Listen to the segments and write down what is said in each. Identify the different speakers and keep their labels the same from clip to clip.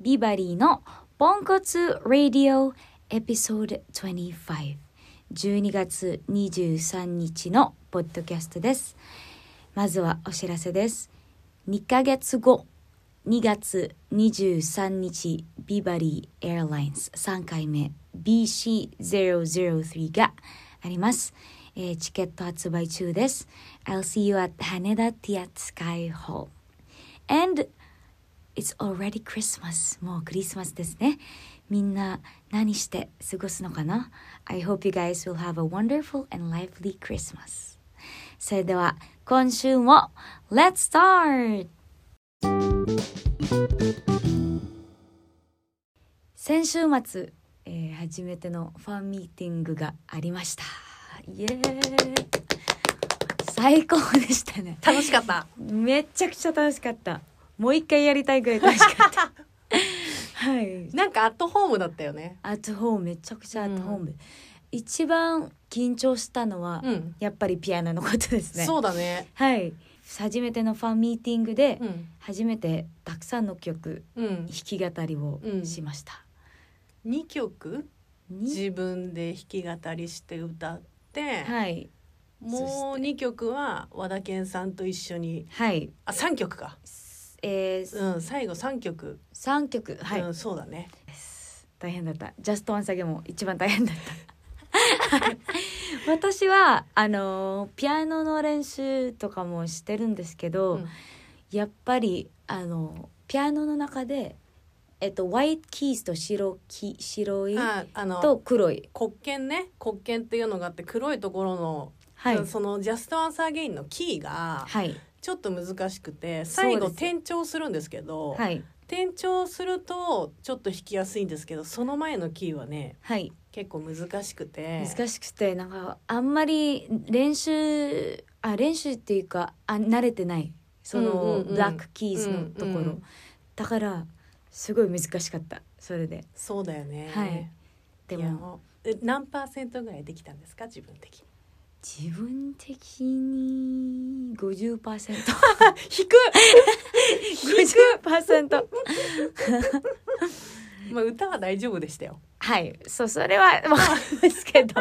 Speaker 1: ビバリーのポンコツラディオエピソード25 12月23日のポッドキャストですまずはお知らせです2ヶ月後2月23日ビバリーエアラインズ3回目 BC003 があります、えーチケット発売中です I'll see you at Haneda Tiat Sky Hall and It's already Christmas. もうクリスマスですね。みんな何して過ごすのかな ?I hope you guys will have a wonderful and lively Christmas. それでは今週も Let's start! 先週末、えー初めてのファンミーティングがありました。イエーイ最高でしたね。
Speaker 2: 楽しかった。
Speaker 1: めっちゃくちゃ楽しかったもう一回やりたいぐらい楽しかった はい
Speaker 2: なんかアットホームだったよね。
Speaker 1: アットホームめちゃくちゃアットホーム、一番緊張したのは、
Speaker 2: うん。
Speaker 1: やっぱりピアノのことですね
Speaker 2: そうだね。
Speaker 1: はい初めてのファンミーティングで、
Speaker 2: うん。
Speaker 1: 初めてたくさんの曲
Speaker 2: うん
Speaker 1: 弾。き語りを
Speaker 2: うん
Speaker 1: しました、
Speaker 2: 二曲
Speaker 1: に
Speaker 2: 自分で弾き語りして歌って、
Speaker 1: はい
Speaker 2: もう二曲は和田健さんと一緒に、
Speaker 1: はい
Speaker 2: あ三曲か。
Speaker 1: えー
Speaker 2: うん。最後三曲。
Speaker 1: 3曲はい、
Speaker 2: うん、そうだね。
Speaker 1: 大変だったジャストワン下げも一番大変だった私はあのーピアノの練習とかもしてるんですけど、
Speaker 2: うん
Speaker 1: やっぱりあのピアノの中でえっとワイトキースと白き白い
Speaker 2: あ、あ
Speaker 1: と
Speaker 2: の。
Speaker 1: 黒い
Speaker 2: 黒鍵ね黒鍵っていうのがあって黒いところの、
Speaker 1: はい、
Speaker 2: うんそのジャストアンサーゲインのキーが
Speaker 1: はい
Speaker 2: ちょっと難しくて
Speaker 1: そうで
Speaker 2: 最
Speaker 1: す
Speaker 2: 後転調するんですけど、
Speaker 1: はい
Speaker 2: 転調するとちょっと弾きやすいんですけどその前のキーはね
Speaker 1: はい
Speaker 2: 結構難しくて
Speaker 1: 難しくてなんかあんまり練習あ練習っていうかあ慣れてないその、
Speaker 2: うんうんうん
Speaker 1: ブラックキーズのところ、
Speaker 2: うんうん
Speaker 1: だからすごい難しかったそれで
Speaker 2: そうだよね、
Speaker 1: はいで
Speaker 2: いや
Speaker 1: も
Speaker 2: もうえ何パーセントぐらいできたんですか自分的に
Speaker 1: 自分的に 50%50%
Speaker 2: 低 い、まあ、歌は大丈夫でしたよ
Speaker 1: はいそうそ れはわかるんですけど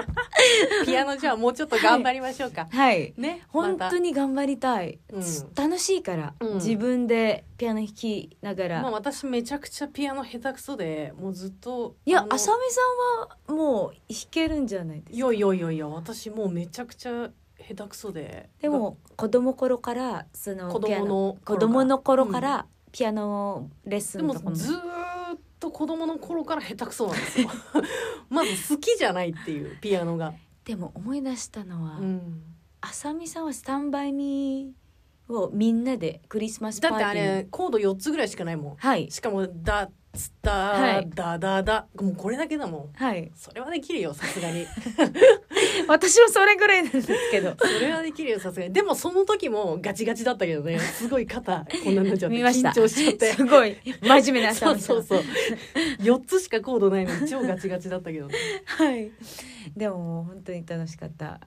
Speaker 2: ピアノじゃあもうちょっと頑張りましょうか、
Speaker 1: はい
Speaker 2: ね
Speaker 1: 本
Speaker 2: ま
Speaker 1: 当
Speaker 2: た
Speaker 1: に頑張りたい、
Speaker 2: うん
Speaker 1: 楽しいから、
Speaker 2: うん
Speaker 1: 自分でピアノ弾きながら、
Speaker 2: まあ、私めちゃくちゃピアノ下手くそでもうずっと
Speaker 1: いや
Speaker 2: あ、の
Speaker 1: あさみさんはもう弾けるんじゃないです
Speaker 2: い
Speaker 1: か。
Speaker 2: やいやいやいや私もうめちゃくちゃ下手くそで
Speaker 1: でも子供頃からその
Speaker 2: 子
Speaker 1: ピアノ
Speaker 2: 供の頃か
Speaker 1: 子供の頃からピアノレッス
Speaker 2: で
Speaker 1: ン
Speaker 2: も
Speaker 1: とかも。
Speaker 2: ずーっと子供の頃から下手くそなんですよ まず好きじゃないっていうピアノが、
Speaker 1: でも思い出したのは、
Speaker 2: うん
Speaker 1: あさみさんはスタンバイミーをみんなでクリスマスパ
Speaker 2: だ
Speaker 1: ーテ
Speaker 2: って
Speaker 1: ィー
Speaker 2: あれコード4つぐらいしかないも
Speaker 1: はい
Speaker 2: んしかも「ダッツダ
Speaker 1: はい
Speaker 2: ーダダダ」もうこれだけだもん
Speaker 1: はい。
Speaker 2: それはできるよさすがに
Speaker 1: 私もそれぐらいなんですけど。
Speaker 2: それはできるよさすがにでもその時もガチガチだったけどねすごい肩こんなになっちゃっ て
Speaker 1: 見ました
Speaker 2: 緊張しちゃっ て
Speaker 1: すごい真面目なあさ
Speaker 2: そ
Speaker 1: みさ
Speaker 2: う
Speaker 1: ん。
Speaker 2: そうそう4つしかコードないのに超ガチガチだったけどね
Speaker 1: はい。でももう本当に楽しかった。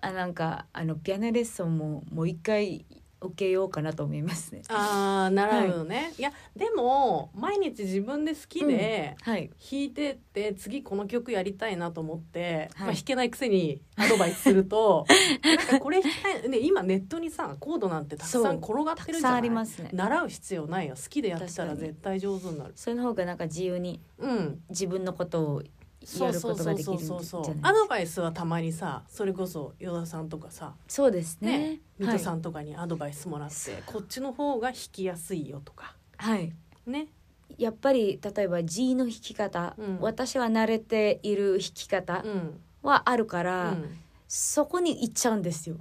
Speaker 1: あなんかあのピアノレッスンももう一回受けようかなと思いますね。
Speaker 2: ああ習うのね、い、やでも毎日自分で好きで
Speaker 1: はい。
Speaker 2: 弾いてって、次この曲やりたいなと思って、
Speaker 1: はい
Speaker 2: まあ、弾けないくせにアドバイスする となんかこれ弾きたい、ね、今ネットにさコードなんてたくさん転がった
Speaker 1: く
Speaker 2: てるじ
Speaker 1: さ
Speaker 2: ゃ
Speaker 1: ん
Speaker 2: な
Speaker 1: あ
Speaker 2: い
Speaker 1: りますね。
Speaker 2: 習う必要ないよ好きでやった
Speaker 1: 確からに
Speaker 2: 絶対上手になる
Speaker 1: その方がなんか自由に
Speaker 2: うん
Speaker 1: 自分のことを
Speaker 2: そ
Speaker 1: や
Speaker 2: う
Speaker 1: る
Speaker 2: そ
Speaker 1: こ
Speaker 2: う
Speaker 1: と
Speaker 2: そ
Speaker 1: が
Speaker 2: う
Speaker 1: でき
Speaker 2: そ
Speaker 1: る
Speaker 2: うん
Speaker 1: じ
Speaker 2: そうそう
Speaker 1: ゃな
Speaker 2: ア
Speaker 1: い。
Speaker 2: ドバイスはたまにさそれこそ依田さんとかさ
Speaker 1: そうですね。
Speaker 2: 水戸さ
Speaker 1: ん。
Speaker 2: んとかにアドバイスもらって、
Speaker 1: そう
Speaker 2: こっちの方が弾きやすいよとか
Speaker 1: はい。
Speaker 2: ね
Speaker 1: やっぱり例えば G の弾き方、
Speaker 2: うん
Speaker 1: 私は慣れている弾き方
Speaker 2: うん、
Speaker 1: はあるか
Speaker 2: う
Speaker 1: ら、
Speaker 2: ん
Speaker 1: そこに行っちゃうんですよ。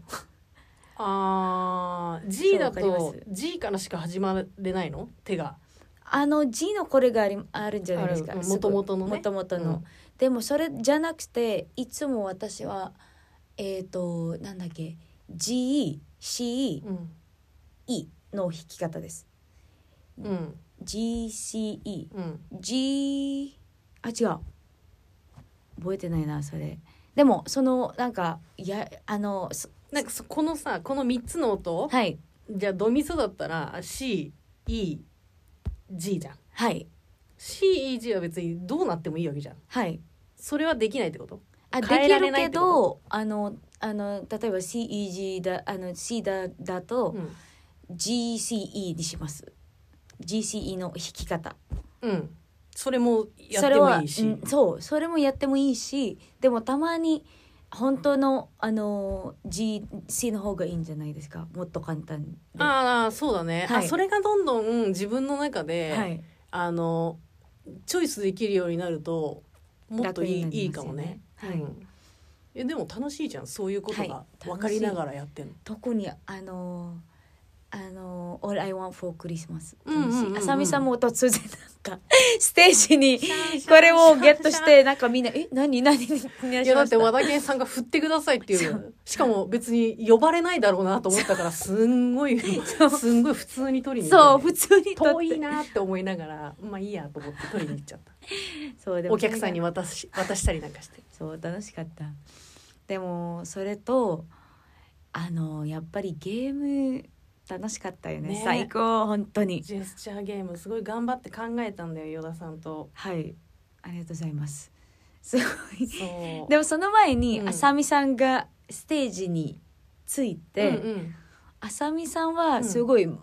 Speaker 2: あー G だ
Speaker 1: そうわか
Speaker 2: と
Speaker 1: りま
Speaker 2: G からしか始まれないの手が
Speaker 1: あの G のこれがありあるんじゃないですか
Speaker 2: あるうん元々のね
Speaker 1: もともとの、
Speaker 2: うん
Speaker 1: でもそれじゃなくていつも私はえっ、となんだっけ GECE
Speaker 2: うん
Speaker 1: の弾き方です
Speaker 2: うん
Speaker 1: GCEG
Speaker 2: うん
Speaker 1: あ違う覚えてないなそれでもそのなんかいやあのそ
Speaker 2: なんかそこのさこの3つの音、
Speaker 1: はい
Speaker 2: じゃあドミソだったら CEG じゃん
Speaker 1: はい
Speaker 2: CEG は別にどうなってもいいわけじゃん
Speaker 1: はい
Speaker 2: それはできないってこと
Speaker 1: あで
Speaker 2: 変え
Speaker 1: き
Speaker 2: られ
Speaker 1: る
Speaker 2: ない
Speaker 1: け
Speaker 2: って
Speaker 1: ど
Speaker 2: こ
Speaker 1: あのあの例えば CEG だあの C だだと
Speaker 2: うん
Speaker 1: GCE にします GCE の弾き方
Speaker 2: うんそれもや
Speaker 1: そ
Speaker 2: っ
Speaker 1: れ
Speaker 2: ても
Speaker 1: はい
Speaker 2: いし
Speaker 1: うんそうそれもやってもいいしでもたまに本当のあの GC の方がいいんじゃないですかもっと簡単で
Speaker 2: ああそうだね、
Speaker 1: はい
Speaker 2: あそれがどんどん自分の中で、
Speaker 1: はい、
Speaker 2: あのチョイスできるようになるともっといい,、
Speaker 1: 楽になりますよね
Speaker 2: いいかもね、
Speaker 1: はい
Speaker 2: うんえでも楽しいじゃんそういうこと
Speaker 1: は
Speaker 2: が
Speaker 1: い
Speaker 2: 分かりながらやってんの、
Speaker 1: 特にあのあの「All I Want for Christmas」
Speaker 2: うんうんうんうん
Speaker 1: あさみさんも突然なんか ステージに
Speaker 2: シャン
Speaker 1: これをゲットしてなんかみんな「え何何?」
Speaker 2: いやだって
Speaker 1: わ
Speaker 2: 和田健さんが振ってくださいってい
Speaker 1: そう
Speaker 2: しかも別に呼ばれないだろうなと思ったからすんごい
Speaker 1: そう
Speaker 2: すんごい普通に取りに
Speaker 1: そう
Speaker 2: ったね
Speaker 1: 普通に撮って
Speaker 2: 遠いなって思いながらまあいいやと思って取りに行っちゃった
Speaker 1: そうでも
Speaker 2: お客さんに渡し渡したりなんかして
Speaker 1: そう楽しかったでもそれとあのやっぱりゲーム楽しかったよね
Speaker 2: ね
Speaker 1: 最高本当に
Speaker 2: ジェスチャーゲームすごい頑張って考えたんだよ依田さんと
Speaker 1: はいありがとうございます すごい
Speaker 2: そう
Speaker 1: でもその前に、
Speaker 2: うん
Speaker 1: あさみさんがステージについて、
Speaker 2: うんうん
Speaker 1: あさみさんはすごい真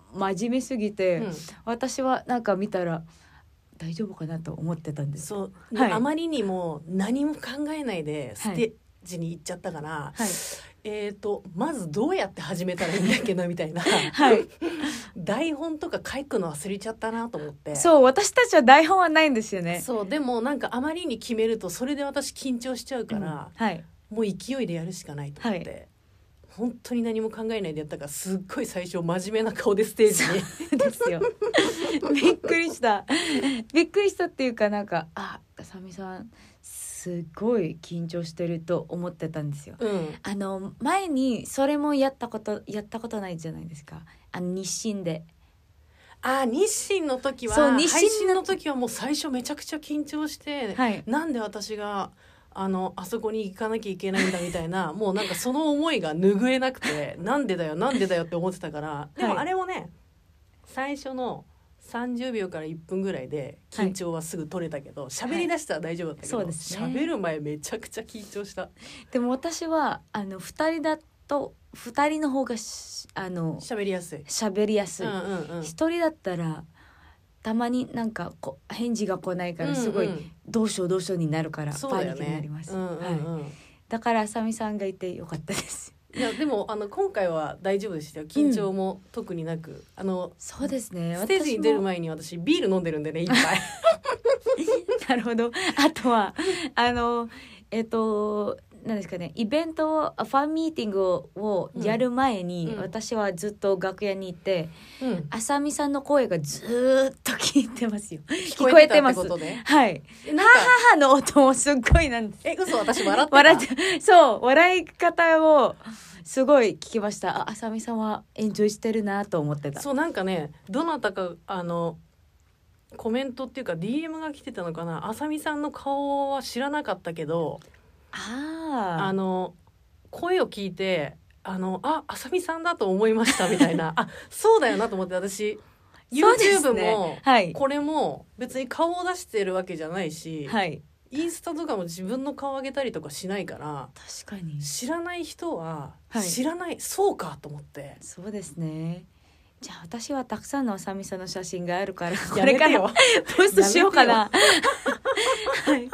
Speaker 1: 面目すぎて、
Speaker 2: うん
Speaker 1: 私はなんか見たら大丈夫かなと思ってたんです
Speaker 2: そう、
Speaker 1: はい
Speaker 2: あまりにも何も考えないで
Speaker 1: は
Speaker 2: ス
Speaker 1: い
Speaker 2: テージに行っちゃったから、
Speaker 1: はい
Speaker 2: えー、とまずどうやって始めたらいいんだっけなみた いな、
Speaker 1: はい、
Speaker 2: 台本とか書くの忘れちゃったなと思って
Speaker 1: そう私たちは台本はないんですよね
Speaker 2: そうでもなんかあまりに決めるとそれで私緊張しちゃうから、
Speaker 1: はい
Speaker 2: もう勢いでやるしかないと思って、
Speaker 1: は
Speaker 2: 本当に何も考えないでやったからすっごい最初真面目な顔でステージに
Speaker 1: ですよ。びっくりした。びっくりしたっていうかなんかあ、あさみさんすごい緊張してると思ってたんですよ。
Speaker 2: うん
Speaker 1: あの前にそれもやったことやったことないじゃないですか。あの日清で。
Speaker 2: あー日清の時は
Speaker 1: そう日
Speaker 2: 日
Speaker 1: 清の
Speaker 2: 配信の時はもう最初めちゃくちゃ緊張して、
Speaker 1: はい。
Speaker 2: なんで私があのあそこに行かなきゃいけないんだみたいな もうなんかその思いが拭えなくてなんでだよなんでだよって思ってたからで
Speaker 1: はい
Speaker 2: もあれもね、最初の30秒から1分ぐらいで緊張はすぐ取れたけど喋、り出したら大丈夫だったけど
Speaker 1: そう
Speaker 2: 喋、
Speaker 1: ですね
Speaker 2: る前めちゃくちゃ緊張した
Speaker 1: でも私はあの二人だと二人の方がしあの
Speaker 2: 喋りやすい。
Speaker 1: 喋りやすい。
Speaker 2: うんうんうん
Speaker 1: 一人だったらたまになんかこ返事が来ないからすごい、
Speaker 2: うんうん
Speaker 1: どうしようどうしようになるから
Speaker 2: そう
Speaker 1: パ
Speaker 2: だ
Speaker 1: ニ
Speaker 2: よ
Speaker 1: ックにな
Speaker 2: ね
Speaker 1: ります。
Speaker 2: うんうんう
Speaker 1: は
Speaker 2: ん
Speaker 1: い。だからあさみさんがいてよかったです。
Speaker 2: いやでもあの今回は大丈夫でしたよ緊張も特になく、あの
Speaker 1: そうですね。
Speaker 2: ステージに出る
Speaker 1: 私も
Speaker 2: 前に私ビール飲んでるんでねいっぱい
Speaker 1: なるほど。あとはあのえっ、と何ですかねイベントをあファンミーティングををやる前に、
Speaker 2: うんうん
Speaker 1: 私はずっと楽屋にいて、
Speaker 2: うん
Speaker 1: あさみさんの声がずーっと聞いてますよ。
Speaker 2: 聞こえてます。
Speaker 1: 聞こ
Speaker 2: こ
Speaker 1: え
Speaker 2: とね。
Speaker 1: はい。
Speaker 2: え なんか
Speaker 1: 母の音もすっごいなんです。
Speaker 2: え嘘私笑ってた。
Speaker 1: 笑ってそう笑い方をすごい聞きました。ああさみさんはエンジョイしてるなと思ってた。
Speaker 2: そうなんかねどなたかあのコメントっていうか DM が来てたのかな。あさみさんの顔は知らなかったけど、
Speaker 1: あ
Speaker 2: あ
Speaker 1: あ
Speaker 2: の声を聞いてあのああさみさんだと思いましたみたい な。あそうだよなと思って私
Speaker 1: そうです
Speaker 2: YouTube も
Speaker 1: ね、はい
Speaker 2: これも別に顔を出してるわけじゃないし、
Speaker 1: はい
Speaker 2: インスタとかも自分の顔上げたりとかしないから。
Speaker 1: 確かに
Speaker 2: 知らない人は
Speaker 1: はい
Speaker 2: 知らない、そうかと思って
Speaker 1: そうですねじゃあ私はたくさんのあさみさんの写真がある からこ
Speaker 2: や
Speaker 1: れ
Speaker 2: め
Speaker 1: か
Speaker 2: て
Speaker 1: ら
Speaker 2: よ
Speaker 1: ポストしようかなはい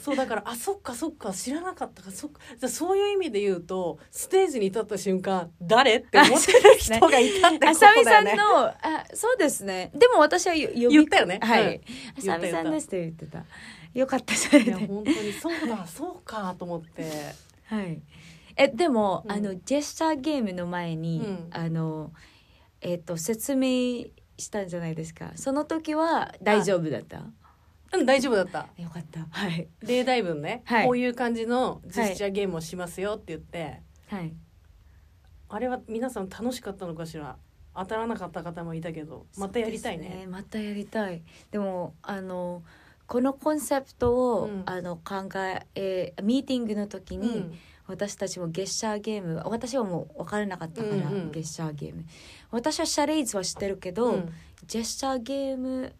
Speaker 2: そうだからあそっかそっか知らなかったかそっかじゃあそういう意味で言うとステージに立った瞬間誰って思ってる人がいたってことだよね
Speaker 1: あさみさんのあそうですねでも私はよ呼び
Speaker 2: 言ったよね
Speaker 1: は
Speaker 2: う
Speaker 1: い
Speaker 2: ん
Speaker 1: あさみさんですって言ってたよかったそれ
Speaker 2: い
Speaker 1: で
Speaker 2: や本当にそうだそうかと思って
Speaker 1: はいえでも、
Speaker 2: うん
Speaker 1: あのジェスチャーゲームの前に、
Speaker 2: うん
Speaker 1: あのえっ、と説明したんじゃないですかその時は大丈夫だった
Speaker 2: うん大丈夫だった
Speaker 1: よかったはい
Speaker 2: 例題文ね、
Speaker 1: はい
Speaker 2: こういう感じのジェスチャーゲームをしますよって言って、
Speaker 1: はい
Speaker 2: あれは皆さん楽しかったのかしら当たらなかった方もいたけどまたやりたいね
Speaker 1: そうですまたやりたいでもあのこのコンセプトを、
Speaker 2: うん
Speaker 1: あの考えミーティングの時
Speaker 2: う
Speaker 1: に、
Speaker 2: ん
Speaker 1: 私たちもゲッシャーゲーム私はもう分からなかったから、
Speaker 2: うんうん
Speaker 1: ゲッシャーゲーム私はシャレイズは知ってるけど、
Speaker 2: うん
Speaker 1: ジェスチャーゲーム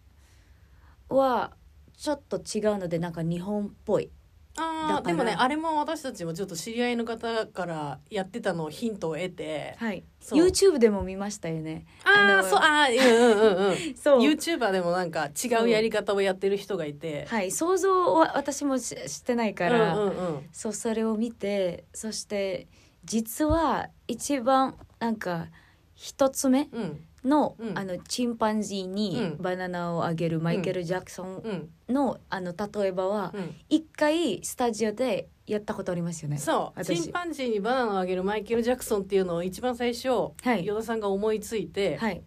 Speaker 1: はちょっと違うのでなんか日本っぽいだから
Speaker 2: あーでもねあれも私たちもちょっと知り合いの方からやってたのをヒントを得て
Speaker 1: はい
Speaker 2: そう
Speaker 1: YouTube でも見ましたよね
Speaker 2: あ
Speaker 1: あの
Speaker 2: あそうあーうんうんうんうん
Speaker 1: そう
Speaker 2: YouTuber でもなんか違うやり方をやってる人がいて
Speaker 1: はい想像は私もししてないから、
Speaker 2: うんうんうん
Speaker 1: そうそれを見てそして実は一番なんか一つ目
Speaker 2: うん
Speaker 1: の,、
Speaker 2: うん
Speaker 1: あのチンパンジーに
Speaker 2: うん
Speaker 1: バナナをあげるマイケル・ジャクソン
Speaker 2: うん
Speaker 1: の,、あの例えばは
Speaker 2: うん
Speaker 1: 一回スタジオでやったことありますよね。
Speaker 2: そう
Speaker 1: 私
Speaker 2: チンパンジーにバナナをあげるマイケル・ジャクソンっていうのを一番最初、
Speaker 1: はい
Speaker 2: 依田さんが思いついて、
Speaker 1: はい、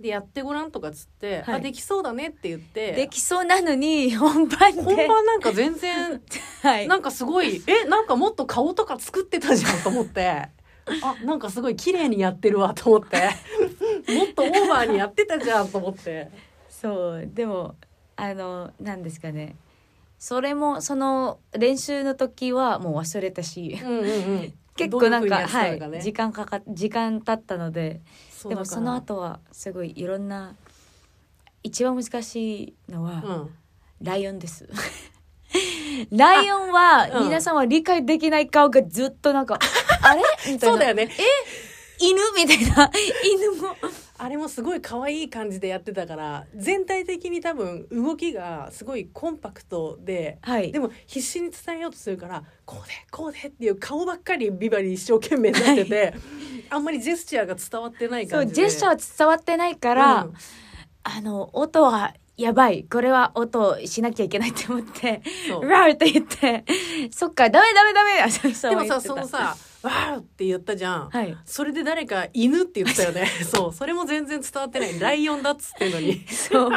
Speaker 2: でやってごらんとかっつって、
Speaker 1: はい
Speaker 2: あできそうだねって言って
Speaker 1: できそうなのに 本番で
Speaker 2: 本番なんか全然
Speaker 1: はい、
Speaker 2: なんかすごいえなんかもっと顔とか作ってたじゃんと 思ってあなんかすごい綺麗にやってるわと思ってもっとオーバーにやってたじゃんと思って
Speaker 1: そうでもあのなんですかねそれもその練習の時はもう忘れたし
Speaker 2: うんうんうん
Speaker 1: 結構なん
Speaker 2: どう
Speaker 1: か
Speaker 2: いう風
Speaker 1: は
Speaker 2: にやってたの
Speaker 1: い時間かか時間経ったので
Speaker 2: そう
Speaker 1: でも
Speaker 2: だから
Speaker 1: その後はすごいいろんな一番難しいのは、
Speaker 2: うん
Speaker 1: ライオンです。 ライオンは
Speaker 2: うん
Speaker 1: 皆さんは理解できない顔がずっと なんか、あれみたいな。
Speaker 2: そうだよね
Speaker 1: 犬 みたいな。犬も。
Speaker 2: あれもすごい可愛い感じでやってたから全体的に多分動きがすごいコンパクトで
Speaker 1: はい。
Speaker 2: でも必死に伝えようとするからこうでこうでっていう顔ばっかりビバリー一生懸命になってて、あんまりジェスチャーが伝わってない
Speaker 1: そ
Speaker 2: 感
Speaker 1: う、
Speaker 2: じ
Speaker 1: ジ
Speaker 2: で
Speaker 1: ェスチャーは伝わってないから、
Speaker 2: うん
Speaker 1: あの、音はやばい。これは音しなきゃいけないと思って、
Speaker 2: そう
Speaker 1: ラーって言って、そっか、ダメダメダメあそうそう
Speaker 2: でも
Speaker 1: 言っ
Speaker 2: さ
Speaker 1: てた
Speaker 2: そのさ「わー」って言ったじゃん、
Speaker 1: はい。
Speaker 2: それで誰か「犬」って言ったよね そうそれも全然伝わってないライオンだっつってん のに
Speaker 1: そう。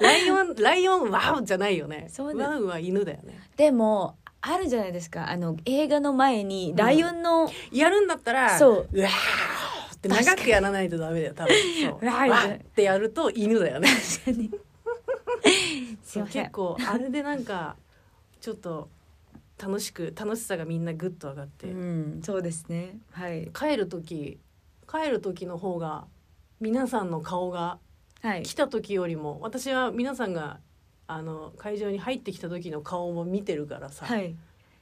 Speaker 2: ライオンライオン「わー」じゃないよね
Speaker 1: そうだ
Speaker 2: ワウは犬だよね
Speaker 1: でも、あるじゃないですか。あの、映画の前に、ライオンの、
Speaker 2: やるんだったら
Speaker 1: そう
Speaker 2: わーって長くやらないとダメだよ多分そ う
Speaker 1: わー
Speaker 2: わーってやると犬だよね
Speaker 1: すいません
Speaker 2: 結。構あれでなんかちょっと楽しく楽しさがみんなグッと上がって、
Speaker 1: うん、そうですね。はい。
Speaker 2: 帰る時帰る時の方が皆さんの顔が
Speaker 1: はい。
Speaker 2: 来た時よりも私は皆さんがあの会場に入ってきた時の顔も見てるからさ、
Speaker 1: はい。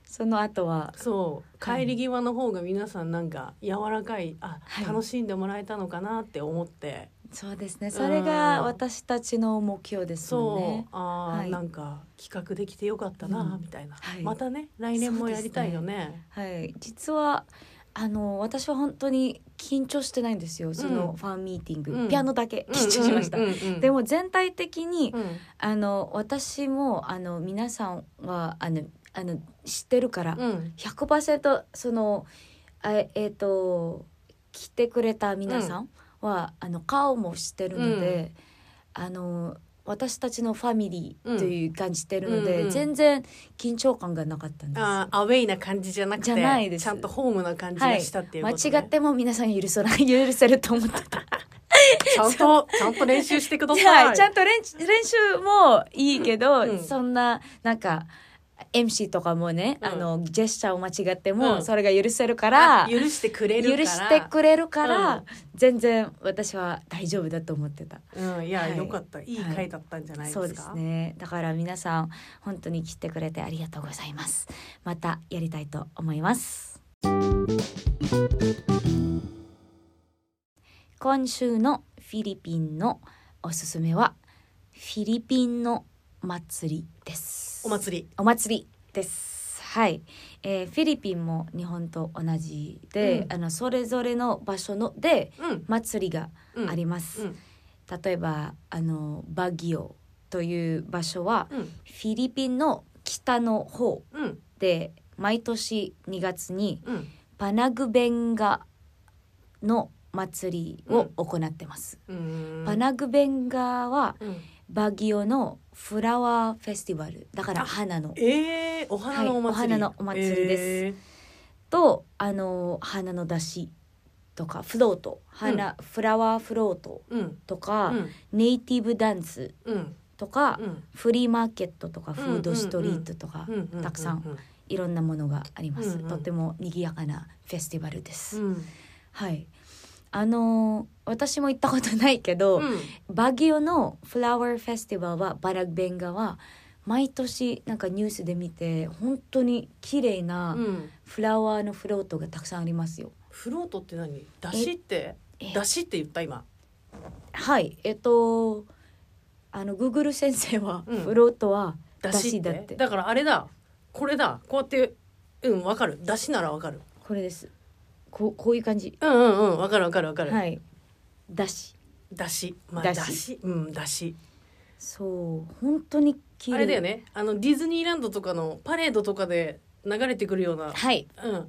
Speaker 1: その後は。
Speaker 2: そう
Speaker 1: はい
Speaker 2: 帰り際の方が皆さんなんか柔らかいあ、
Speaker 1: はい
Speaker 2: 楽しんでもらえたのかなって思って
Speaker 1: そうですね。それが私たちの目標ですもん
Speaker 2: そう、
Speaker 1: ね。
Speaker 2: あー、
Speaker 1: はい
Speaker 2: なんか企画できてよかったな
Speaker 1: うん
Speaker 2: みたいな、
Speaker 1: はい
Speaker 2: またね来年もやりたいよね
Speaker 1: はい。実は。あの私は本当に緊張してないんですよ。その
Speaker 2: うん
Speaker 1: ファンミーティング、
Speaker 2: うん
Speaker 1: ピアノだけ
Speaker 2: うん
Speaker 1: 緊張しました。
Speaker 2: うんうんうん
Speaker 1: でも全体的に、
Speaker 2: うん
Speaker 1: あの私もあの皆さんはあのあの知ってるから、
Speaker 2: うん
Speaker 1: 100%そのあえっ、と来てくれた皆さんは、あの顔も知ってるので、あの私たちのファミリーという感じしてるので、
Speaker 2: うんうん
Speaker 1: 全然緊張感がなかったんです。
Speaker 2: あーアウェイな感じじゃなくて
Speaker 1: じゃないです
Speaker 2: ちゃんとホームな感じがしたっていう
Speaker 1: 間
Speaker 2: こと、ね
Speaker 1: 違っても皆さん許さない 許せると思っ てた。
Speaker 2: ちゃんとちゃんと練習してください、
Speaker 1: はい、ちゃんと練習練習もいいけど、
Speaker 2: うん
Speaker 1: そんななんか MC とかもね、
Speaker 2: うん
Speaker 1: あのジェスチャーを間違っても、
Speaker 2: うん
Speaker 1: それが許せるから
Speaker 2: あ、許してくれるから
Speaker 1: 許してくれるから、
Speaker 2: うん
Speaker 1: 全然私は大丈夫だと思ってた
Speaker 2: うんいや、
Speaker 1: はい
Speaker 2: よかったいい回だったんじゃないです
Speaker 1: そ
Speaker 2: か、
Speaker 1: うですねだから皆さん本当に来てくれてありがとうございますまたやりたいと思います今週のフィリピンのおすすめはフィリピンの祭りです
Speaker 2: お祭り
Speaker 1: お祭りです。はい、えーフィリピンも日本と同じで、
Speaker 2: うん
Speaker 1: あのそれぞれの場所ので
Speaker 2: うん
Speaker 1: 祭りが
Speaker 2: うん
Speaker 1: あります。
Speaker 2: うん
Speaker 1: 例えばあのバギオという場所は
Speaker 2: うん
Speaker 1: フィリピンの北の方
Speaker 2: うん
Speaker 1: で毎年2月に
Speaker 2: うん
Speaker 1: パナグベンガの祭りを行ってます。
Speaker 2: うん
Speaker 1: パナグベンガは
Speaker 2: うん
Speaker 1: バギオのフラワーフェスティバルだから
Speaker 2: あ
Speaker 1: 花の
Speaker 2: えー、お花のお祭り、
Speaker 1: はいお花のお祭りです
Speaker 2: え
Speaker 1: とあの花の出しとかフロート花、フラワーフロート
Speaker 2: ーうん
Speaker 1: とか、
Speaker 2: うん
Speaker 1: ネイティブダンス
Speaker 2: うん
Speaker 1: とか、
Speaker 2: うん
Speaker 1: フリーマーケットとか
Speaker 2: ん
Speaker 1: フードストリートとか、
Speaker 2: うんうん
Speaker 1: たくさん
Speaker 2: うん
Speaker 1: いろんなものがあります、
Speaker 2: うんうん
Speaker 1: とても賑やかなフェスティバルです、
Speaker 2: うん
Speaker 1: はいあのー私も行ったことないけど、
Speaker 2: うん
Speaker 1: バギオのフラワーフェスティバルはバラベンガは毎年なんかニュースで見て本当に綺麗な
Speaker 2: うん
Speaker 1: フラワーのフロートがたくさんありますよ。
Speaker 2: フロートって何だしって
Speaker 1: え
Speaker 2: だしって言った今
Speaker 1: はいえっとあのグーグル先生は
Speaker 2: うん
Speaker 1: フロートは
Speaker 2: だ
Speaker 1: だ
Speaker 2: し
Speaker 1: し
Speaker 2: だ
Speaker 1: だ
Speaker 2: っ
Speaker 1: ってて,、
Speaker 2: だからあれだこれだこうやってうんわかるだしならわかる
Speaker 1: これですこうこういう感じ
Speaker 2: うんうんうんわかるわかるわかる、
Speaker 1: はいだし
Speaker 2: だしまあだ
Speaker 1: だし
Speaker 2: しうんだし
Speaker 1: そう本当に綺麗
Speaker 2: あれだよねあのディズニーランドとかのパレードとかで流れてくるような
Speaker 1: はい
Speaker 2: うん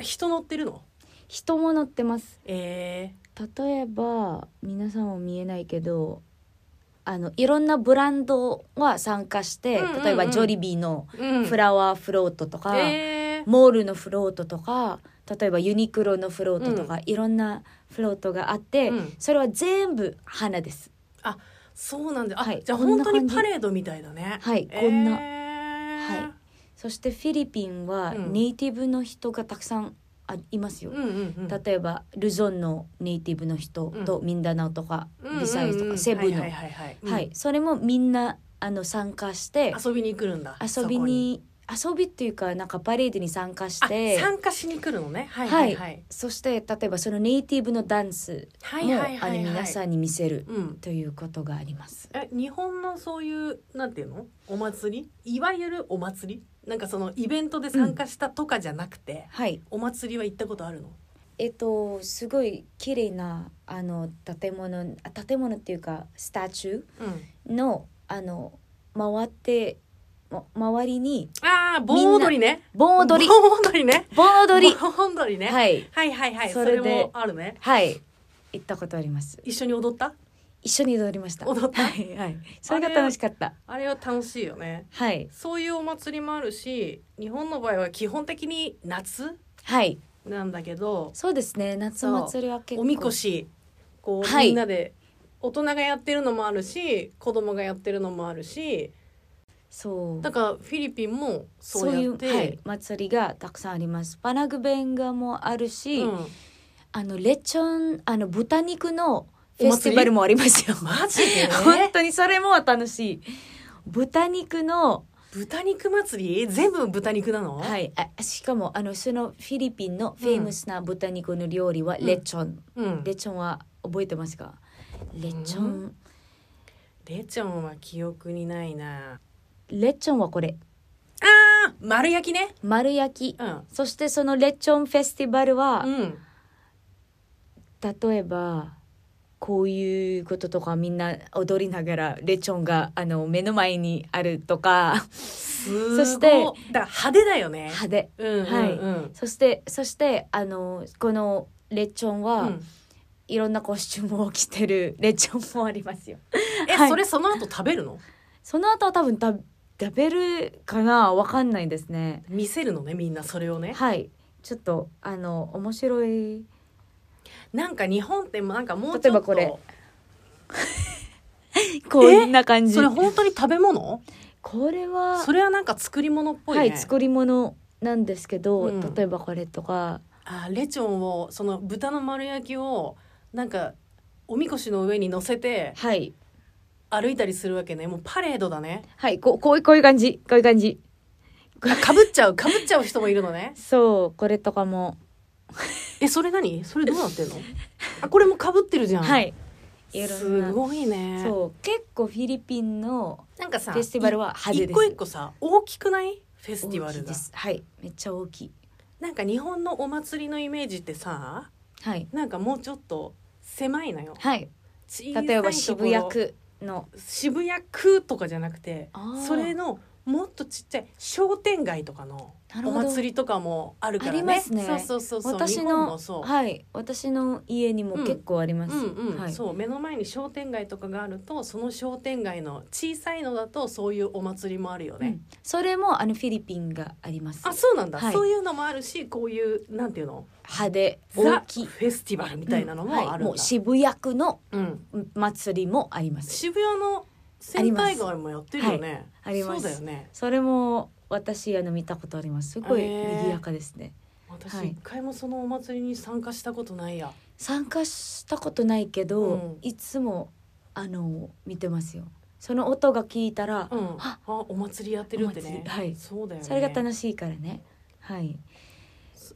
Speaker 2: 人乗ってるの
Speaker 1: 人も乗ってます
Speaker 2: え
Speaker 1: 例えば皆さんも見えないけどあのいろんなブランドが参加して、
Speaker 2: うんうんうん
Speaker 1: 例えばジョリビーの
Speaker 2: ー、うん
Speaker 1: フラワーフロートとか、
Speaker 2: えー、
Speaker 1: モールのフロートとか例えばユニクロのフロートとか、いろんなフロートがあって、
Speaker 2: うん
Speaker 1: それは全部花です
Speaker 2: そうなんだあ、
Speaker 1: はい
Speaker 2: じゃあ
Speaker 1: こん
Speaker 2: 本
Speaker 1: な
Speaker 2: 当
Speaker 1: 感
Speaker 2: に
Speaker 1: じ
Speaker 2: パレードみたいだね
Speaker 1: はいこんな
Speaker 2: えー
Speaker 1: はいそしてフィリピンは
Speaker 2: うん
Speaker 1: ネイティブの人がたくさんあいますよ、
Speaker 2: うんうんうん
Speaker 1: 例えばルゾンのネイティブの人とミンダナオとか
Speaker 2: うんうんうん
Speaker 1: ビサイズとかセブンの
Speaker 2: はいはいはい、はい
Speaker 1: はい、それもみんなあの参加して
Speaker 2: うん遊びに来るんだ
Speaker 1: 遊びに遊びっていうかなんかパレードに参加
Speaker 2: そ
Speaker 1: し
Speaker 2: こに
Speaker 1: て
Speaker 2: あ参加しに来るのねはいはいはい
Speaker 1: そして例えばそのネイティブのダンス
Speaker 2: は
Speaker 1: も
Speaker 2: いはい
Speaker 1: あ
Speaker 2: は
Speaker 1: の
Speaker 2: い
Speaker 1: 皆
Speaker 2: は
Speaker 1: さ
Speaker 2: い
Speaker 1: んに見せる
Speaker 2: うん
Speaker 1: ということがあります。
Speaker 2: え日本のそういうなんていうのお祭りいわゆるお祭りなんかそのイベントで参加したとかじゃなくて、
Speaker 1: はい、
Speaker 2: お祭りは行ったことあるの
Speaker 1: えっとすごい綺麗なあの建物あ建物っていうかスタチュ
Speaker 2: う
Speaker 1: ー
Speaker 2: ん
Speaker 1: のあの回ってま周りに
Speaker 2: ああ盆踊りね
Speaker 1: 盆踊り
Speaker 2: 盆踊りね
Speaker 1: 盆踊り
Speaker 2: 盆踊りね、はい、
Speaker 1: はい
Speaker 2: はいはいそ
Speaker 1: そ
Speaker 2: れ
Speaker 1: れで
Speaker 2: もあるね
Speaker 1: はい行ったことあります。
Speaker 2: 一緒に踊った
Speaker 1: 一緒に踊りました。
Speaker 2: 踊った
Speaker 1: はいはい。それが楽しかった。
Speaker 2: あれは楽しいよね
Speaker 1: はい
Speaker 2: そういうお祭りもあるし日本の場合は基本的に夏
Speaker 1: はい。
Speaker 2: なんだけど
Speaker 1: そうですね。夏祭りは結構
Speaker 2: おみこしこう、
Speaker 1: はい
Speaker 2: みんなで大人がやってるのもあるし子供がやってるのもあるし
Speaker 1: そう。
Speaker 2: だからフィリピンもそうやって
Speaker 1: そういう、はい、祭りがたくさんあります。パナグベンガもあるし、
Speaker 2: うん
Speaker 1: あのレチョンあの豚肉のフェスティバルもありますよ。
Speaker 2: マジで
Speaker 1: 本当にそれも楽しい。豚肉の、
Speaker 2: 豚肉祭り全部豚肉なの、
Speaker 1: はい、あしかもあのそのフィリピンのフェイムスな豚肉の料理は
Speaker 2: ん
Speaker 1: レチョン。
Speaker 2: うん、
Speaker 1: レチョンは覚えてますか？レチョン、
Speaker 2: うレちゃんは記憶にないな
Speaker 1: レチョンはこれ
Speaker 2: あ丸焼きね
Speaker 1: 丸焼き。
Speaker 2: うん
Speaker 1: そしてそのレッチョンフェスティバルは、
Speaker 2: うん
Speaker 1: 例えばこういうこととかみんな踊りながらレッチョンがあの目の前にあるとか
Speaker 2: すご
Speaker 1: そ
Speaker 2: い
Speaker 1: して
Speaker 2: だから派手だよね
Speaker 1: 派手
Speaker 2: うんうんうん、
Speaker 1: はいそしてそしてあのこのレッチョンは、
Speaker 2: うん
Speaker 1: いろんなコスチュームを着てるレッチョンもありますよ。
Speaker 2: え、
Speaker 1: はい
Speaker 2: それその後食べるの
Speaker 1: その後は多分食べ食べるかなわかんないですね。
Speaker 2: 見せるのねみんなそれをね
Speaker 1: はいちょっとあの面白い
Speaker 2: なんか日本ってなんかもうち
Speaker 1: 例え
Speaker 2: ょ
Speaker 1: ば
Speaker 2: っと
Speaker 1: これこんな感じ
Speaker 2: それ。本当に食べ物
Speaker 1: これは
Speaker 2: それはなんか作り物っぽいね、
Speaker 1: はい作り物なんですけど、
Speaker 2: うん
Speaker 1: 例えばこれとか
Speaker 2: あレチョンをその豚の丸焼きをなんかおみこしの上に乗せて
Speaker 1: はい
Speaker 2: 歩いたりするわけねもうパレードだね
Speaker 1: はいこうこういうこういう感じこういう感じ
Speaker 2: あかぶっちゃうかぶっちゃう人もいる のね
Speaker 1: そうこれとかも、
Speaker 2: えそれ何それどうなってんの あこれもかぶってるじゃん
Speaker 1: はいいろん
Speaker 2: す
Speaker 1: な
Speaker 2: ごいね
Speaker 1: そう結構フィリピンの
Speaker 2: なんかさ
Speaker 1: フェスティバルは派手です
Speaker 2: 一個一個さ大きくないフェスティバ
Speaker 1: 大きい
Speaker 2: ル
Speaker 1: で
Speaker 2: が
Speaker 1: すはいめっちゃ大きい
Speaker 2: なんか日本のお祭りのイメージってさ
Speaker 1: はい
Speaker 2: なんかもうちょっと狭いのよ
Speaker 1: はい
Speaker 2: 小さいとこ
Speaker 1: 例えば渋谷区の
Speaker 2: 渋谷区とかじゃなくて
Speaker 1: あー
Speaker 2: それのもっとちっちゃい商店街とかの
Speaker 1: なる
Speaker 2: お
Speaker 1: ほど
Speaker 2: 祭りとかもあるからね
Speaker 1: ありますね
Speaker 2: そうそうそうそう
Speaker 1: 私
Speaker 2: 日本も
Speaker 1: の
Speaker 2: そう、
Speaker 1: はい私の家にも
Speaker 2: うん
Speaker 1: 結構あります、
Speaker 2: うんうん
Speaker 1: はい、
Speaker 2: そう目の前に商店街とかがあるとその商店街の小さいのだとそういうお祭りもあるよ
Speaker 1: う
Speaker 2: ね、
Speaker 1: ん、それもあのフィリピンがあります
Speaker 2: あそうなんだ、
Speaker 1: はい
Speaker 2: そういうのもあるしこういうなんていうの
Speaker 1: 派手
Speaker 2: ザ・
Speaker 1: 大
Speaker 2: フ
Speaker 1: きい
Speaker 2: ェスティバルみたいなのもあるんだ、
Speaker 1: はい、もう渋谷区の
Speaker 2: うん、
Speaker 1: 祭りもあります
Speaker 2: 渋谷のセンター街もやってるよね。
Speaker 1: あります
Speaker 2: そうだよね。
Speaker 1: それも私あの見たことありますすごい
Speaker 2: へー
Speaker 1: 賑やかですね、
Speaker 2: 私
Speaker 1: はい
Speaker 2: 一回もそのお祭りに参加したことないや、
Speaker 1: 参加したことないけど、
Speaker 2: うん
Speaker 1: いつもあの見てますよその音が聞いたら、
Speaker 2: うん、あ
Speaker 1: あ
Speaker 2: お祭りやってるって
Speaker 1: お祭
Speaker 2: ね
Speaker 1: りはい
Speaker 2: そうだよね
Speaker 1: それが楽しいからねはい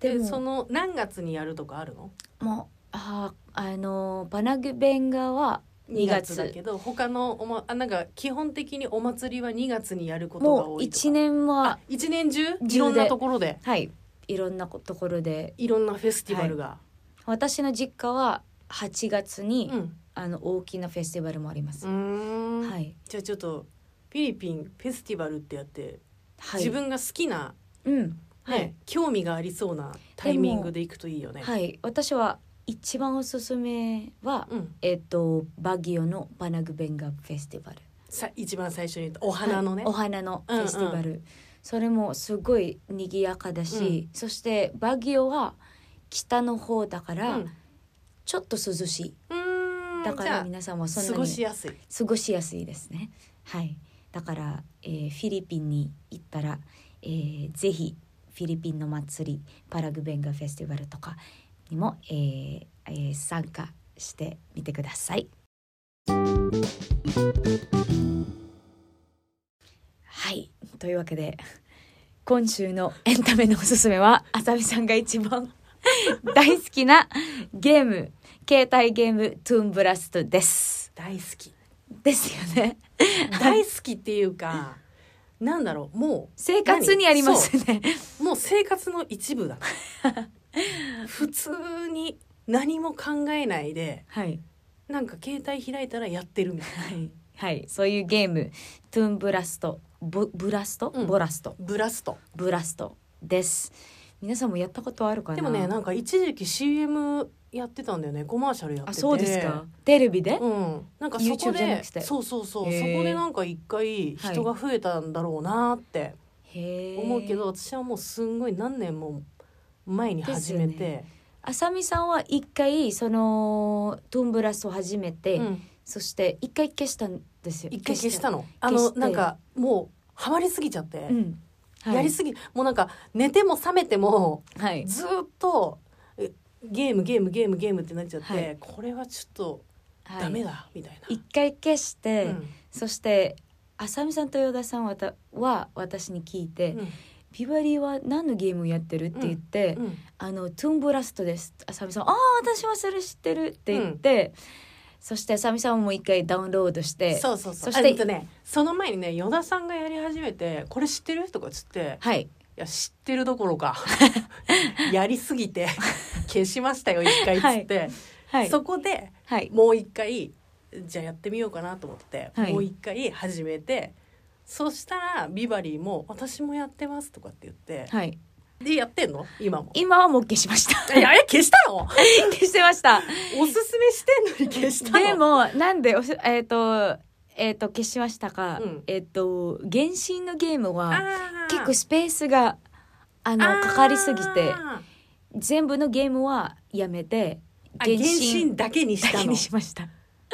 Speaker 1: で
Speaker 2: で
Speaker 1: も
Speaker 2: その何月にやるとかあるの
Speaker 1: もうあーあのパナグベンガは2
Speaker 2: 2
Speaker 1: 月
Speaker 2: 月だけど他のお、ま、あなんか基本的にお祭りは2月にやることが
Speaker 1: もう
Speaker 2: 多いとか
Speaker 1: 1年は
Speaker 2: あ一年中
Speaker 1: で
Speaker 2: いろんなところで
Speaker 1: はいいろんなこところで
Speaker 2: いろんなフェスティバルが、
Speaker 1: 私の実家は8月に、
Speaker 2: うん
Speaker 1: あの大きなフェスティバルもあります、
Speaker 2: うーん
Speaker 1: はい、
Speaker 2: じゃあちょっとフィリピンフェスティバルってやって、
Speaker 1: はい、
Speaker 2: 自分が好きな、
Speaker 1: うん
Speaker 2: ね
Speaker 1: はい
Speaker 2: 興味がありそうなタイミングで行くといいよね。
Speaker 1: はい私は一番おすすめは、
Speaker 2: うん、
Speaker 1: えっ、とバギオのバナグベンガフェスティバル
Speaker 2: さ一番最初に言ったお花のね、
Speaker 1: はいお花のフェスティバル、それもすごい賑やかだし、そしてバギオは北の方だから、
Speaker 2: うん
Speaker 1: ちょっと涼しい
Speaker 2: うん
Speaker 1: だか
Speaker 2: じ
Speaker 1: ら
Speaker 2: ゃ
Speaker 1: 皆さんはそん
Speaker 2: あ
Speaker 1: な
Speaker 2: 過
Speaker 1: に
Speaker 2: ごしやすい。
Speaker 1: 過ごしやすいですね。はい。だから、えーフィリピンに行ったら、えーぜひフィリピンの祭りパラグベンガフェスティバルとかにも、えーえー参加してみてください。はい。というわけで今週のエンタメのおすすめは浅見さんが一番 大好きなゲーム携帯ゲームトゥーンブラストです。
Speaker 2: 大好き。
Speaker 1: ですよ ね。
Speaker 2: 大好きっていうか、なんだろうも
Speaker 1: 生活にありますね。
Speaker 2: うもう生活の一 部だな。普通に何も考えないで
Speaker 1: はい。
Speaker 2: なんか携帯開いたらやってるみたいな。
Speaker 1: はい。はい。そういうゲーム、トゥーンブラスト、ブブラスト、
Speaker 2: うん
Speaker 1: ボラスト、
Speaker 2: ブラスト。
Speaker 1: ブラストです。皆さんもやったことあるかな
Speaker 2: でもねなんか一時期 CM やってたんだよねコマーシャルやってて
Speaker 1: あ、そうですか。テレビで、
Speaker 2: うん、なんかそこ
Speaker 1: YouTube じゃな
Speaker 2: で
Speaker 1: くて
Speaker 2: そうそうそう、
Speaker 1: へー
Speaker 2: そこでなんか一回人が増えたんだろうなって
Speaker 1: へえ。
Speaker 2: 思うけど、。私はもうすんごい何年も前に始め
Speaker 1: ですよ
Speaker 2: て、
Speaker 1: あさみさんは一回、その、トゥーンブラストを始めて、
Speaker 2: うん
Speaker 1: そして一回消したんですよ。
Speaker 2: 一回消したのあ
Speaker 1: 消して
Speaker 2: のなんかもうハマりすぎちゃって、
Speaker 1: た。うん。はい、
Speaker 2: やりすぎもうなんか寝ても覚めても
Speaker 1: はい。
Speaker 2: ずーっとえゲームゲームゲームゲームってなっちゃって、
Speaker 1: はい
Speaker 2: これはちょっと
Speaker 1: はい
Speaker 2: ダメだ、みたい
Speaker 1: 一回消して、
Speaker 2: な。うん
Speaker 1: そして浅見さんと与田さんはたは私に聞いて、
Speaker 2: うん
Speaker 1: ビバリーは何のゲームをやってるって言って、
Speaker 2: うん
Speaker 1: あのトゥーンブラストです浅見さんああ私はそれ知ってるって言って、そして浅見さんももう一回ダウンロードして
Speaker 2: そうそうそう
Speaker 1: そして
Speaker 2: えっとねその前にね依田さんがやり始めて「これ知ってる?」とかつって「
Speaker 1: はい
Speaker 2: いや知ってるどこ ろかやりすぎて消しましたよ一回」つって、
Speaker 1: はい
Speaker 2: そこで
Speaker 1: はい
Speaker 2: もう一回じゃあやってみようかなと思って、
Speaker 1: はい
Speaker 2: もう一回始めてそしたらビバリーも「私もやってます」とかって言って
Speaker 1: はい
Speaker 2: でやってんの今も。
Speaker 1: 今はもう消しました
Speaker 2: いやえ消したの
Speaker 1: 消してま した
Speaker 2: おすすめしてんのに消したの
Speaker 1: でもなんでおしえっ、とえっ、と消しましたか、
Speaker 2: うん
Speaker 1: えっ、と原神のゲームは
Speaker 2: あー
Speaker 1: 結構スペースがあのかかりすぎて
Speaker 2: あ
Speaker 1: 全部のゲームはやめて
Speaker 2: ーあ原神だけにし
Speaker 1: だ
Speaker 2: た
Speaker 1: け
Speaker 2: の
Speaker 1: にしました
Speaker 2: あ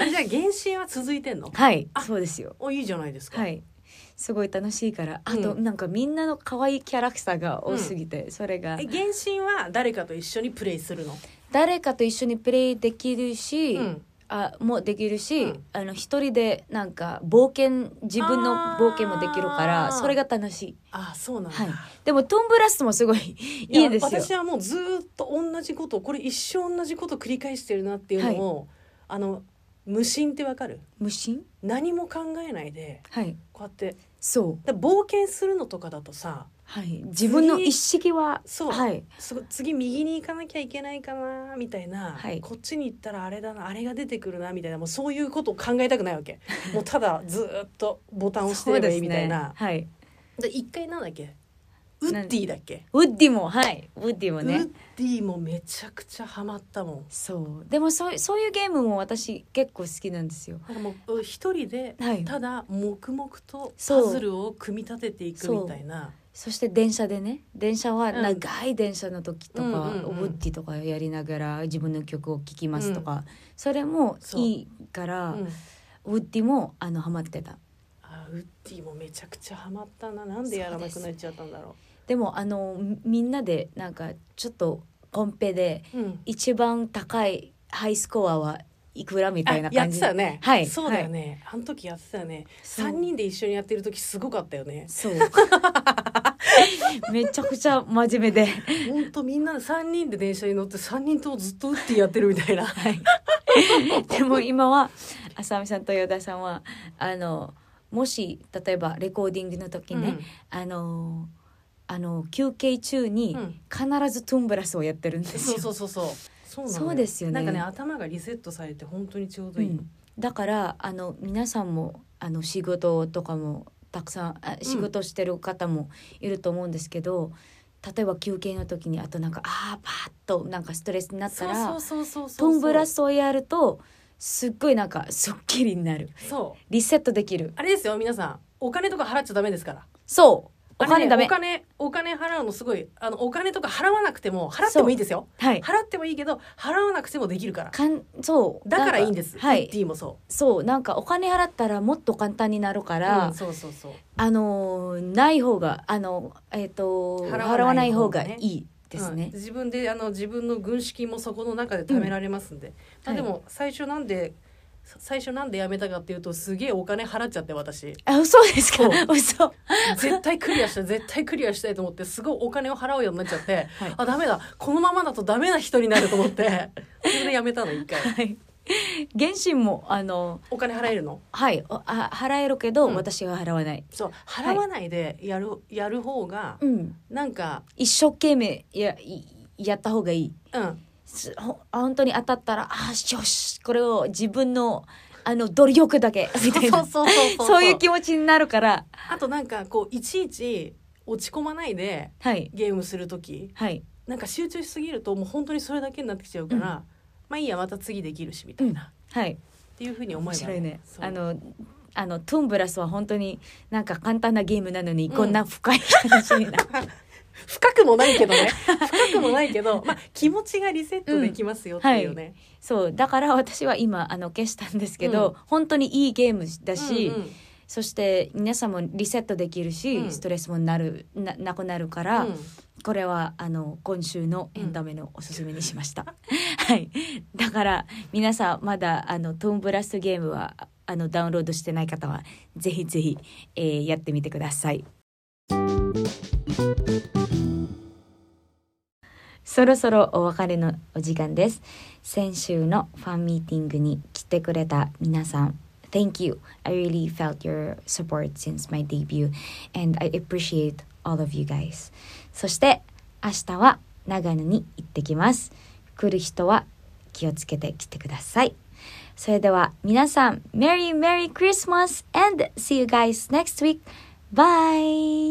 Speaker 2: じゃあ原神は続いてんの
Speaker 1: はい
Speaker 2: あ
Speaker 1: そうですよ
Speaker 2: おいいじゃないですか、
Speaker 1: はいすごい楽しいからあと、
Speaker 2: うん
Speaker 1: なんかみんなの可愛いキャラクターが多すぎて、それが
Speaker 2: え原神は誰かと一緒にプレイするの、
Speaker 1: 誰かと一緒にプレイできるし、
Speaker 2: うん
Speaker 1: あもうできるし、
Speaker 2: うん
Speaker 1: あの一人でなんか冒険自分の冒険もできるから
Speaker 2: あー
Speaker 1: それが楽しい
Speaker 2: ああそうなんだ、
Speaker 1: はいでもトンブラストもすごい
Speaker 2: や
Speaker 1: いいですよ
Speaker 2: 私はもうずーっと同じことをこれ一生同じことを繰り返してるなっていうのを、あの無心ってわかる
Speaker 1: 無心
Speaker 2: 何も考えないで
Speaker 1: はい
Speaker 2: こうやって
Speaker 1: そう
Speaker 2: だ冒険するのとかだとさ
Speaker 1: はい自分の一式は
Speaker 2: そう
Speaker 1: はい
Speaker 2: すご次右に行かなきゃいけないかなみたいな、
Speaker 1: はい
Speaker 2: こっちに行ったらあれだなあれが出てくるなみたいなもうそういうことを考えたくないわ けもうただずーっとボタンを押してればいいみたいな。
Speaker 1: そうですねはい
Speaker 2: で一回なんだっけウッディだっけ、
Speaker 1: ウッディもはいウッディも
Speaker 2: ウ
Speaker 1: ね
Speaker 2: ッディもめちゃくちゃハマったもん
Speaker 1: そうでもそうそういうゲームも私結構好きなんですよ
Speaker 2: なんかもうう一人で
Speaker 1: はい
Speaker 2: ただ黙々と
Speaker 1: そう
Speaker 2: パズルを組み立てていくみたいな
Speaker 1: そして電車でね電車は
Speaker 2: うん
Speaker 1: 長い電車の時とか、
Speaker 2: うんうんうん
Speaker 1: ウッディとかやりながら自分の曲を聴きますとか、それもいいから、
Speaker 2: うん
Speaker 1: ウッディもあのハマってた
Speaker 2: あウッディもめちゃくちゃハマったななんでやらなくなっちゃったんだろ
Speaker 1: でもあのみみんなでなんかちょっとコンペで
Speaker 2: うん、
Speaker 1: 一番高いハイスコアはいくらみ
Speaker 2: あ
Speaker 1: たいな感じ
Speaker 2: やってたよね、
Speaker 1: はい
Speaker 2: そうだよね、あの時やってたよね
Speaker 1: そう
Speaker 2: 三人で一緒にやってる時すごかったよね
Speaker 1: そう めちゃくちゃ真面目で
Speaker 2: ほんとみんな三人で電車に乗って三人ともずっと打ってやってるみたいな、
Speaker 1: でも今は浅見さんと与田さんはあのもし例えばレコーディングの時ね、あのあの休憩中に
Speaker 2: うん
Speaker 1: 必ずトゥンブラスをやってるんで
Speaker 2: うん
Speaker 1: すよ
Speaker 2: そう、そうそうそうそうなの
Speaker 1: そうですよね
Speaker 2: なんかね頭がリセットされて本当にちょうどいい、
Speaker 1: うんだからあの皆さんもあの仕事とかもたくさんあ仕事してる方もいると思うんですけど、例えば休憩の時にあとなんかあーパーッとなんかストレスになった
Speaker 2: そう
Speaker 1: ら
Speaker 2: そうそうそうそう
Speaker 1: トンブラスをやるとすっごいなんかすっきりになる
Speaker 2: そう
Speaker 1: リセットできる
Speaker 2: あれですよ皆さんお金とか払っちゃダメですから
Speaker 1: そうお
Speaker 2: あれ
Speaker 1: 金
Speaker 2: ね
Speaker 1: ダメ、
Speaker 2: お金お金払うのすごいあのお金とか払わなくても払ってもいいですよ
Speaker 1: はい
Speaker 2: 払ってもいいけど払わなくてもできるから
Speaker 1: かんそう
Speaker 2: だからいいん
Speaker 1: な
Speaker 2: で
Speaker 1: か
Speaker 2: す
Speaker 1: は
Speaker 2: はいい D もそ
Speaker 1: そうなんかお金払ったらもっと簡単になるか
Speaker 2: う、
Speaker 1: ら、
Speaker 2: うんそうそうそう
Speaker 1: あのーない方があのえっ、と
Speaker 2: 払わない
Speaker 1: 払わない方が
Speaker 2: 方がね
Speaker 1: いいです
Speaker 2: う
Speaker 1: ね
Speaker 2: ん、自分であの自分の軍資金もそこの中で貯められますんで、まあ、でも最初なんで、さ最初なんでやめたかっていうとすげえお金払っちゃって私
Speaker 1: あ嘘ですか
Speaker 2: そ
Speaker 1: 嘘
Speaker 2: 絶対クリアしたい絶対クリアしたいと思ってすごいお金を払うようになっちゃって、
Speaker 1: はい
Speaker 2: あダメだこのままだとダメな人になると思ってそれでやめたの一回
Speaker 1: はい原神もあの
Speaker 2: お金払えるの
Speaker 1: はいおあ払えるけど、
Speaker 2: うん
Speaker 1: 私は払わない
Speaker 2: そう払わないでやる、やる方が
Speaker 1: うん
Speaker 2: なんか
Speaker 1: 一生懸命やいやった方がいい
Speaker 2: うん
Speaker 1: すほ本当に当たったらあよしこれを自分のあの努力だけみたいな
Speaker 2: そうそうそうそう
Speaker 1: そういう気持ちになるから
Speaker 2: あとなんかこういちいち落ち込まないで
Speaker 1: はい
Speaker 2: ゲームする時
Speaker 1: はい
Speaker 2: なんか集中しすぎるともう本当にそれだけになってきちゃうから、まあいいやまた次できるしみたいな、っ
Speaker 1: はい
Speaker 2: ていうふうに思
Speaker 1: 面
Speaker 2: えば、
Speaker 1: 白いね
Speaker 2: そう
Speaker 1: あのあのトゥンブラスは本当になんか簡単なゲームなのに
Speaker 2: うん
Speaker 1: こんな深い話に なる、
Speaker 2: 深くもないけどね深くもないけど、まあ、気持ちがリセットできますよっていうね、
Speaker 1: そうだから私は今あの消したんですけど、
Speaker 2: うん
Speaker 1: 本当にいいゲームだし、
Speaker 2: うんうん
Speaker 1: そして皆さんもリセットできるし、
Speaker 2: うん
Speaker 1: ストレスもなるななくなるから、
Speaker 2: うん
Speaker 1: これはあの今週のエンタメのおすすめにしました、 はいだから皆さんまだあのトーンブラストゲームはあのダウンロードしてない方はぜひぜひ、えーやってみてくださいそろそろお別れのお時間です先週のファンミーティングに来てくれた皆さん Thank you. I really felt your support since my debut and I appreciate all of you guys. そして明日は長野に行ってきます。来る人は気をつけて来てください。それでは皆さん、Merry Merry Christmas and see you guys next week. Bye!